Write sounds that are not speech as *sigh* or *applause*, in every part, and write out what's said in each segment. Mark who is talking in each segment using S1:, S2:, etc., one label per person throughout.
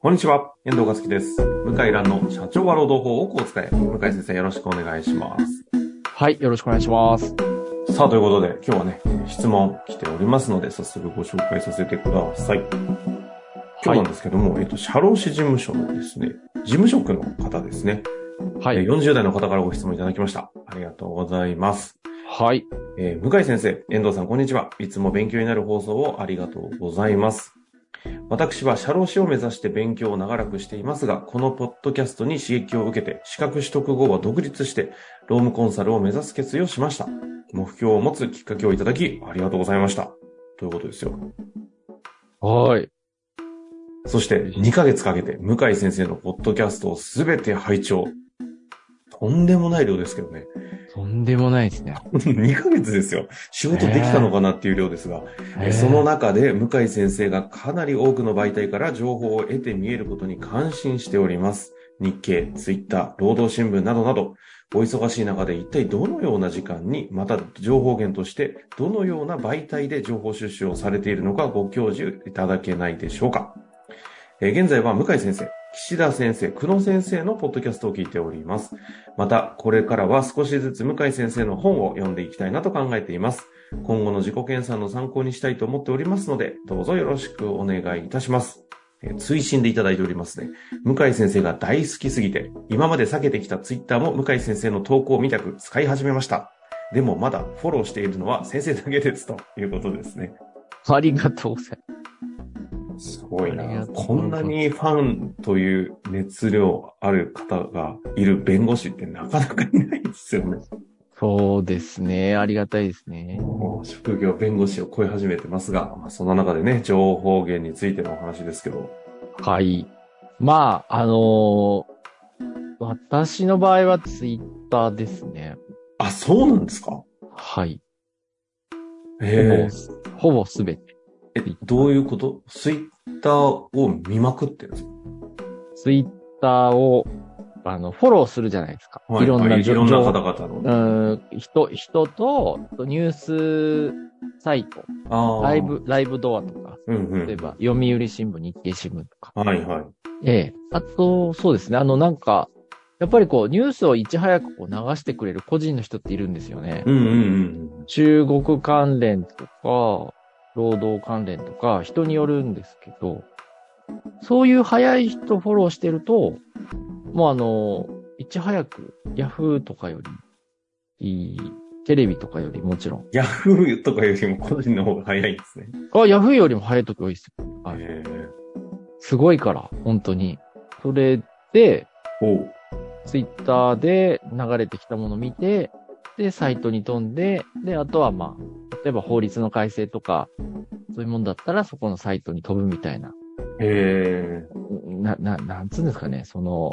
S1: こんにちは、遠藤和樹です。向井蘭の社長は労働法をこう使え。向井先生よろしくお願いします。
S2: はい、よろしくお願いします。
S1: さあ、ということで今日はね、えー質問来ておりますので、早速ご紹介させてください。今日なんですけども、えっと、社労士事務所のですね、事務職の方ですね、
S2: は
S1: えー
S2: い。
S1: 40代の方からご質問いただきました。ありがとうございます。
S2: はい。
S1: えー向井先生、遠藤さん、こんにちは。いつも勉強になる放送をありがとうございます。私は社労士を目指して勉強を長らくしていますが、このポッドキャストに刺激を受けて、資格取得後は独立して、ロームコンサルを目指す決意をしました。目標を持つきっかけをいただき、ありがとうございました。ということですよ。
S2: はい。
S1: そして、2ヶ月かけて、向井先生のポッドキャストをすべて拝聴。とんでもない量ですけどね。 *laughs*
S2: とんでもないですね。
S1: 2ヶ月ですよ。仕事できたのかなっていう量ですが。えーその中で向井先生がかなり多くの媒体から情報を得て見えることに感心しております。日経、ツイッター、労働新聞などなど、お忙しい中で一体どのような時間に、また情報源としてどのような媒体で情報収集をされているのかご教授いただけないでしょうか。えー現在は向井先生、岸田先生、久野先生のポッドキャストを聞いております。また、これからは少しずつ向井先生の本を読んでいきたいなと考えています。今後の自己検査の参考にしたいと思っておりますので、どうぞよろしくお願いいたします。えー追伸でいただいておりますね。向井先生が大好きすぎて、今まで避けてきたツイッターも向井先生の投稿を見たく使い始めました。でもまだフォローしているのは先生だけですということですね。
S2: ありがとうございます
S1: ごい
S2: あり
S1: な。
S2: がとう
S1: こんなにファンという熱量ある方がいる弁護士ってなかなかいないですよね。
S2: す。そうですね。ありがたいですね。
S1: もう職業弁護士を超え始めてますが、まあ、そんな中でね、情報源についてのお話ですけど。
S2: はい。まあ、あのー私の場合はツイッターですね。
S1: あ、そうなんですか
S2: はい。ほぼ
S1: え、
S2: ほぼすべて。
S1: え、どういうことツイッターを見まくってるんですか
S2: ツイッターを、あの、フォローするじゃないですか。、
S1: はい
S2: ろんな
S1: あい
S2: 情
S1: ろんな方
S2: 報
S1: 々
S2: う
S1: の。
S2: ん、人、人と、ニュースサイト、
S1: あー
S2: ライ。ブ、ライブドアとか、
S1: うんうん。
S2: 例えば、読売新聞、日経新聞とか。
S1: はいはい。
S2: ええ。あと、そうですね。あの、なんか、やっぱりこう、ニュースをいち早くこう流してくれる個人の人っているんですよね。
S1: うんうんうん。
S2: 中国関連とか、労働関連とか、人によるんですけど、そういう早い人フォローしてると、もうあの、いち早く、ヤフーとかより、いいテレビとかよりもちろん。
S1: ヤフーとかよりも個人の方が早いんですね。
S2: あ、ヤフーよりも早い時多いですよ。はい
S1: えー
S2: すごいから、本当に。それで、
S1: おう
S2: ツイッターで流れてきたものを見て、で、サイトに飛んで、で、あとはまあ、例えば法律の改正とか、そういうもんだったらそこのサイトに飛ぶみたいな。
S1: え
S2: な、な、なんつうんですかね、その、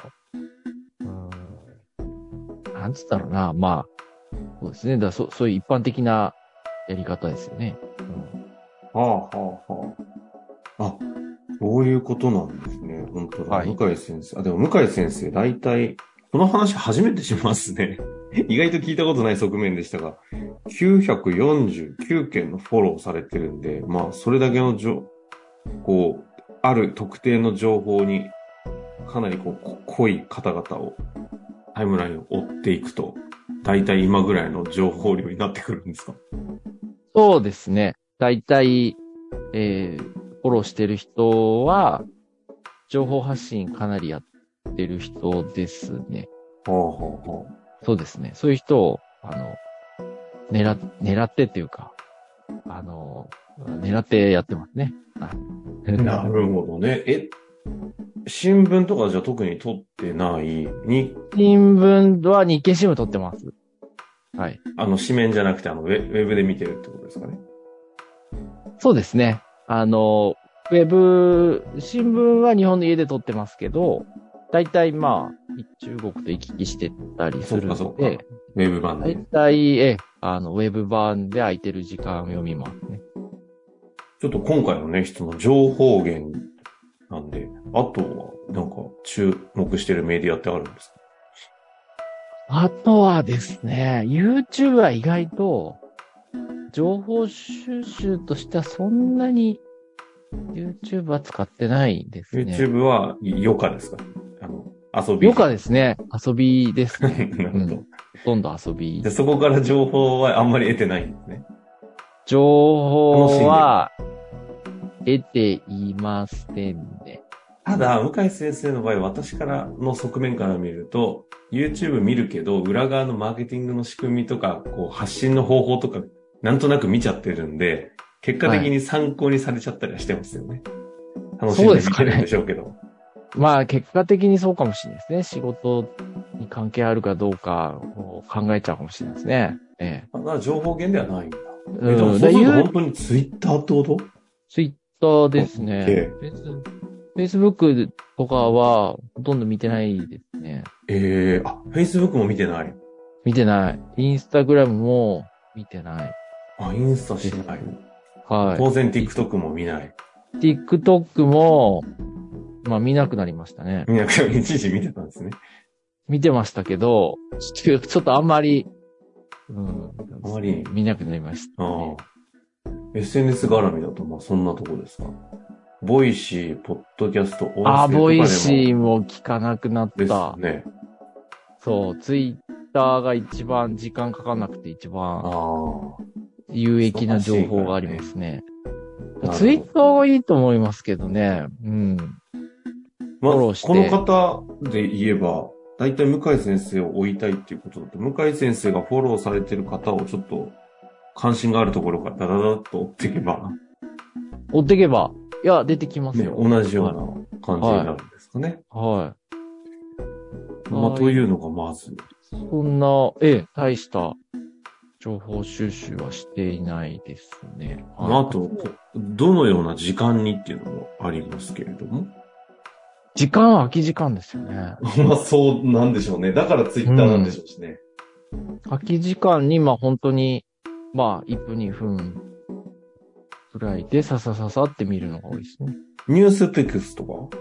S2: うーん、なんつったろうな、まあ、そうですね、だそそういう一般的なやり方ですよね。う
S1: ー。
S2: ん
S1: はあはあはあ。あ、そういうことなんですね。本当だ。
S2: はい
S1: 向井先生。あ、でも向井先生、大体、この話初めてしますね。 *laughs* 意外と聞いたことない側面でしたが、949件のフォローされてるんで、まあ、それだけのじょ、こう、ある特定の情報に、かなりこう、こ濃い方々を、タイムラインを追っていくと、大体今ぐらいの情報量になってくるんですか
S2: そうですね。だいたい、えー、フォローしてる人は、情報発信かなりやってる人ですね。
S1: はあはあはあ。
S2: そうですね。そういう人を、あの、狙っ、狙ってっていうか、あの、狙ってやってますね。はい
S1: なるほどね。え、新聞とかじゃ特に取ってない、に、
S2: 新聞は日経新聞撮ってます。はい。
S1: あの、紙面じゃなくて、あのウェ、ウェブで見てるってことですかね。
S2: そうですね。あの、ウェブ、新聞は日本の家で撮ってますけど、大体まあ、中国と行き来してたりする
S1: そ
S2: の
S1: うかそう
S2: で
S1: か、ウェブ版で。
S2: 大体、ええ、あの、ウェブ版で空いてる時間を読みますね。
S1: ちょっと今回のね、質問、情報源なんで、あとは、なんか、注目してるメディアってあるんですか
S2: あとはですね、YouTube は意外と、情報収集としてはそんなに YouTube は使ってないですね。
S1: YouTube は余暇ですかあの、遊び。
S2: 余暇ですね。遊びです
S1: *laughs*
S2: ね。
S1: す。 *laughs* なるほど。
S2: ほとんど遊び
S1: で、。そこから情報はあんまり得てないんですね。
S2: 情報は得ていませんね。
S1: ただ、向井先生の場合、私からの側面から見ると、YouTube 見るけど、裏側のマーケティングの仕組みとか、こう、発信の方法とか、なんとなく見ちゃってるんで、結果的に参考にされちゃったりはしてますよね。楽しん
S2: そ
S1: で
S2: うです
S1: 見
S2: か
S1: て
S2: ね
S1: るんでしょうけど。
S2: まあ結果的にそうかもしれないですね。仕事に関係あるかどうかを考えちゃうかもしれないですね。ええ。
S1: まあ、情報源ではないんだ。えでも
S2: う
S1: そう
S2: ん。だ
S1: すると
S2: ゆ
S1: 本当に Twitter ってこと
S2: ツイッターです
S1: え
S2: ね。フェイスフェイスブックとかはほとんど見てないですね。
S1: ええあ、Facebook も見てない。
S2: 見てない。インスタグラムも見てない。
S1: あ、インスタしない。
S2: は
S1: 当然 TikTok も見ない。
S2: い。TikTok も、まあ見なくなりましたね。
S1: 見なくても一時見てたんですね。
S2: 見てましたけど、ちょっとちょっとあんまり、うん、
S1: あまり
S2: 見なくなりました、
S1: あ
S2: ね。
S1: あ。SNS 絡みだと、まあそんなとこですか。ボイシー、ポッドキャスト、音声とかでも
S2: あ、ボイシーも聞かなくなっ
S1: です
S2: た。
S1: ね。
S2: そう、ツイッターが一番時間かかんなくて一
S1: あ
S2: 番
S1: あ。
S2: 有益な情報がありますね。
S1: なるほど
S2: ツイッターがいいと思いますけどね。うん。
S1: まあ、
S2: フォロ
S1: こ
S2: ーして
S1: の方で言えば、大体向井先生を追いたいっていうことだと、向井先生がフォローされてる方をちょっと関心があるところからダダダッと追っていけば、
S2: 追っていけば、いや、出てきます
S1: ね、
S2: よ。
S1: 同じような感じになるんですかね。
S2: は
S1: まあ、
S2: はい
S1: というのがまず、
S2: い。そんな、ええ、大した情報収集はしていないですね。はい
S1: まあ、あと、こどのような時間にっていうのもありますけれども。
S2: 時間は空き時間ですよね。
S1: *laughs* まあ、そうなんでしょうね。だからツイッターなんでしょうしね。
S2: 空き時間に、まあ本当に、まあ1分2分くらいでささささって見るのが多いですね。
S1: ニュースピックスとか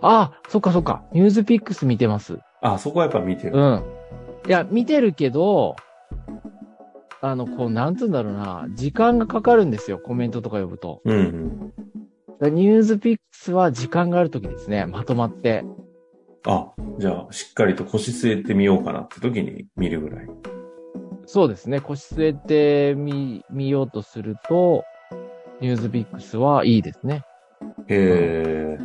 S2: あ、そっかそっか。ニュースピックス見てます。
S1: あ、そこはやっぱ見てる。
S2: うん。いや、見てるけど、あの、こう、なんつうんだろうな、時間がかかるんですよ、コメントとか呼ぶと。
S1: うん、うん。
S2: だからニュースピックスは時間がある時ですね、まとまって。
S1: あ、じゃあ、しっかりと腰据えてみようかなって時に見るぐらい。
S2: そうですね、腰据えてみ、見ようとすると、ニュースピックスはいいですね。
S1: え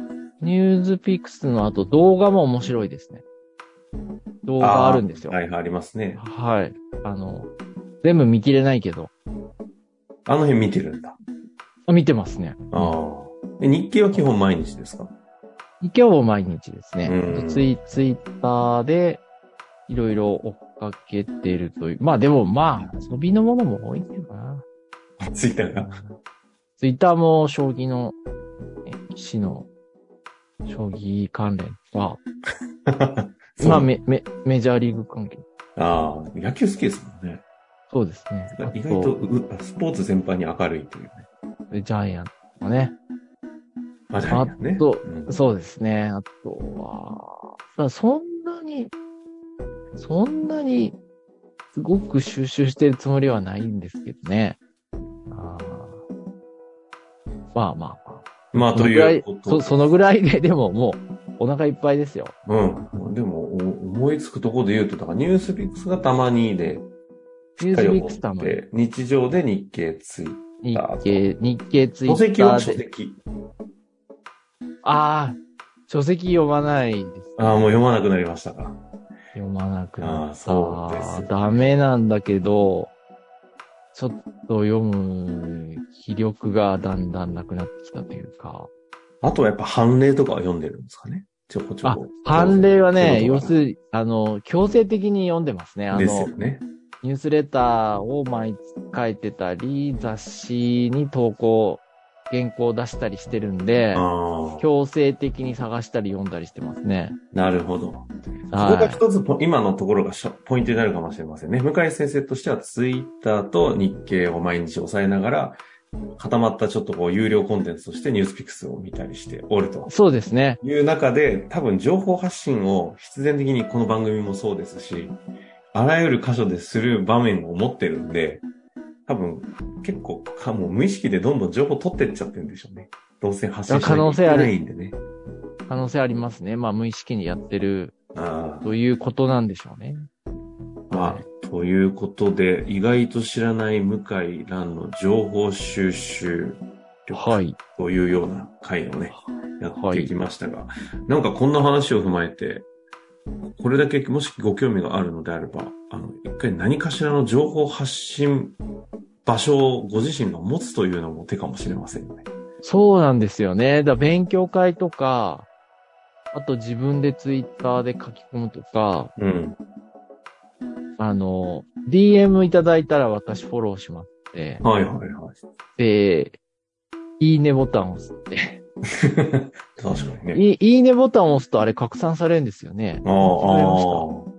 S2: ニュースピックスの後、動画も面白いですね。動
S1: ー。
S2: 画あるんです
S1: ー
S2: よ。
S1: はいはい、ありますね。
S2: はい。あの、全部見切れないけど、
S1: あの辺見てるんだ。
S2: あ見てますね。
S1: ああ。で日経は基本毎日ですか *laughs*
S2: 今日も毎日ですね。
S1: うん
S2: ツイツイッターで、いろいろ追っかけてるという。まあでもまあ、遊びのものも多いけどな。
S1: ツイッターが。
S2: ツイッターも将棋の、ね棋士の、将棋関連は、
S1: *laughs* そう
S2: *laughs* まあメメメジャーリーグ関係。
S1: ああ、野球好きですもんね。
S2: そうですね。あ
S1: 意外とうスポーツ全般に明るいというね。
S2: ジャイアントとかね。
S1: まあ、じゃあね。
S2: と
S1: うん
S2: そうですね。あとは、まあそんなに、そんなに、すごく収集してるつもりはないんですけどね。あーまあまあまあ。
S1: まあ、
S2: そ
S1: と
S2: のぐら
S1: いう
S2: い
S1: こと
S2: そ、そのぐらいで、でももう、お腹いっぱいですよ。
S1: うん。でも、お思いつくところで言うと、だからニュースピックスがたまにで、
S2: ニュースピックスタム。
S1: で、日常で日経ツイッ
S2: 日
S1: ターと
S2: 経、日経ツイ
S1: 書
S2: ッ
S1: 籍
S2: タ
S1: は
S2: ー
S1: 書
S2: で。
S1: 籍。
S2: ああ、書籍読まないです。
S1: ああ、もう読まなくなりましたか。
S2: 読まなく
S1: あ
S2: な
S1: ー
S2: った。
S1: そうです
S2: ダメなんだけど、ちょっと読む気力がだんだんなくなってきたというか。
S1: あとはやっぱ判例とかは読んでるんですかね。ちょこちょ
S2: あ
S1: こ。、
S2: 判例は
S1: そ
S2: ね、
S1: ういう
S2: 要
S1: こと
S2: するに、あの、強制的に読んでますね。あ
S1: ですよ
S2: の、
S1: ね。
S2: ニュースレターを毎月書いてたり、雑誌に投稿、原稿を出したりしてるんで、
S1: ああ、
S2: 強制的に探したり読んだりしてますね。
S1: なるほど。そこ
S2: は
S1: が
S2: い。
S1: 一つポ、今のところがしょポイントになるかもしれませんね。向井先生としてはツイッターと日経を毎日抑えながら、固まったちょっとこう有料コンテンツとしてニュースピックスを見たりしておると
S2: そうですね。
S1: いう中で、多分情報発信を必然的にこの番組もそうですし、あらゆる箇所でする場面を持ってるんで、多分結構かもう無意識でどんどん情報取ってっちゃってるんでしょうね。どうせ発信し
S2: 可能性ある
S1: ないんでね。
S2: 可能性ありますね。まあ無意識にやってる
S1: あ
S2: ということなんでしょうね。
S1: あまあ、ということで、意外と知らない向井蘭の情報収集
S2: は
S1: 力
S2: い。
S1: というような回をね、やっ
S2: は
S1: て
S2: い
S1: きましたが、なんかこんな話を踏まえて、これだけもしご興味があるのであれば、あの、一回何かしらの情報発信場所をご自身が持つというのも手かもしれませんね。
S2: そうなんですよね。だから勉強会とか、あと自分でツイッターで書き込むとか、
S1: うん。
S2: あの、DM いただいたら私フォローしますって、
S1: はいはいはい。
S2: で、いいねボタンを押すって。
S1: 確かにね。
S2: いいいねボタンを押すとあれ拡散されるんですよね。
S1: ああ、ああ
S2: 違いました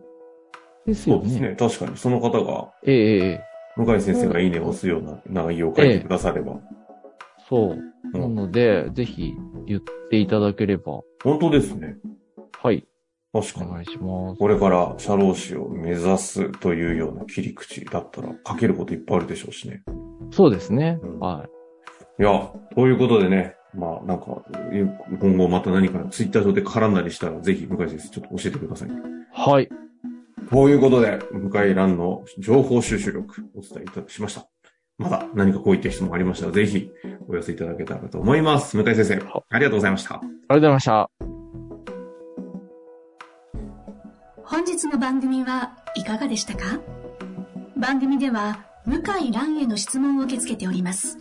S2: です
S1: そ
S2: よ
S1: うです
S2: ね。
S1: ね。確かに、その方が、
S2: ええええ、
S1: 向井先生がいいねを押すような内容を書いてくだされば。
S2: そう。
S1: う
S2: なんので、ぜひ言っていただければ。
S1: 本当ですね。
S2: はい。
S1: 確か
S2: お
S1: に。
S2: 願いします。
S1: これから社労士を目指すというような切り口だったら書けることいっぱいあるでしょうしね。
S2: そうですね
S1: うん。
S2: はい
S1: や、ということでね、まあなんか、今後また何かツイッター上で絡んだりしたら、ぜひ向井先生ちょっと教えてください。
S2: い。はい。
S1: ということで、向井蘭の情報収集力お伝えいたしました。まだ何かこういった質問ありましたら、ぜひお寄せいただけたらと思います。向井先生、ありがとうございました。
S2: ありがとうございました。
S3: 本日の番組はいかがでしたか番組では向井蘭への質問を受け付けております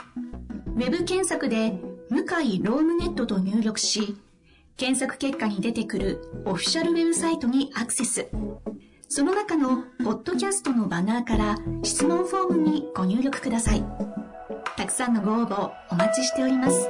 S3: ウェブ検索で「向井ロームネット」と入力し検索結果に出てくるオフィシャルウェブサイトにアクセスその中のポッドキャストのバナーから質問フォームにご入力くださいたくさんのご応募お待ちしております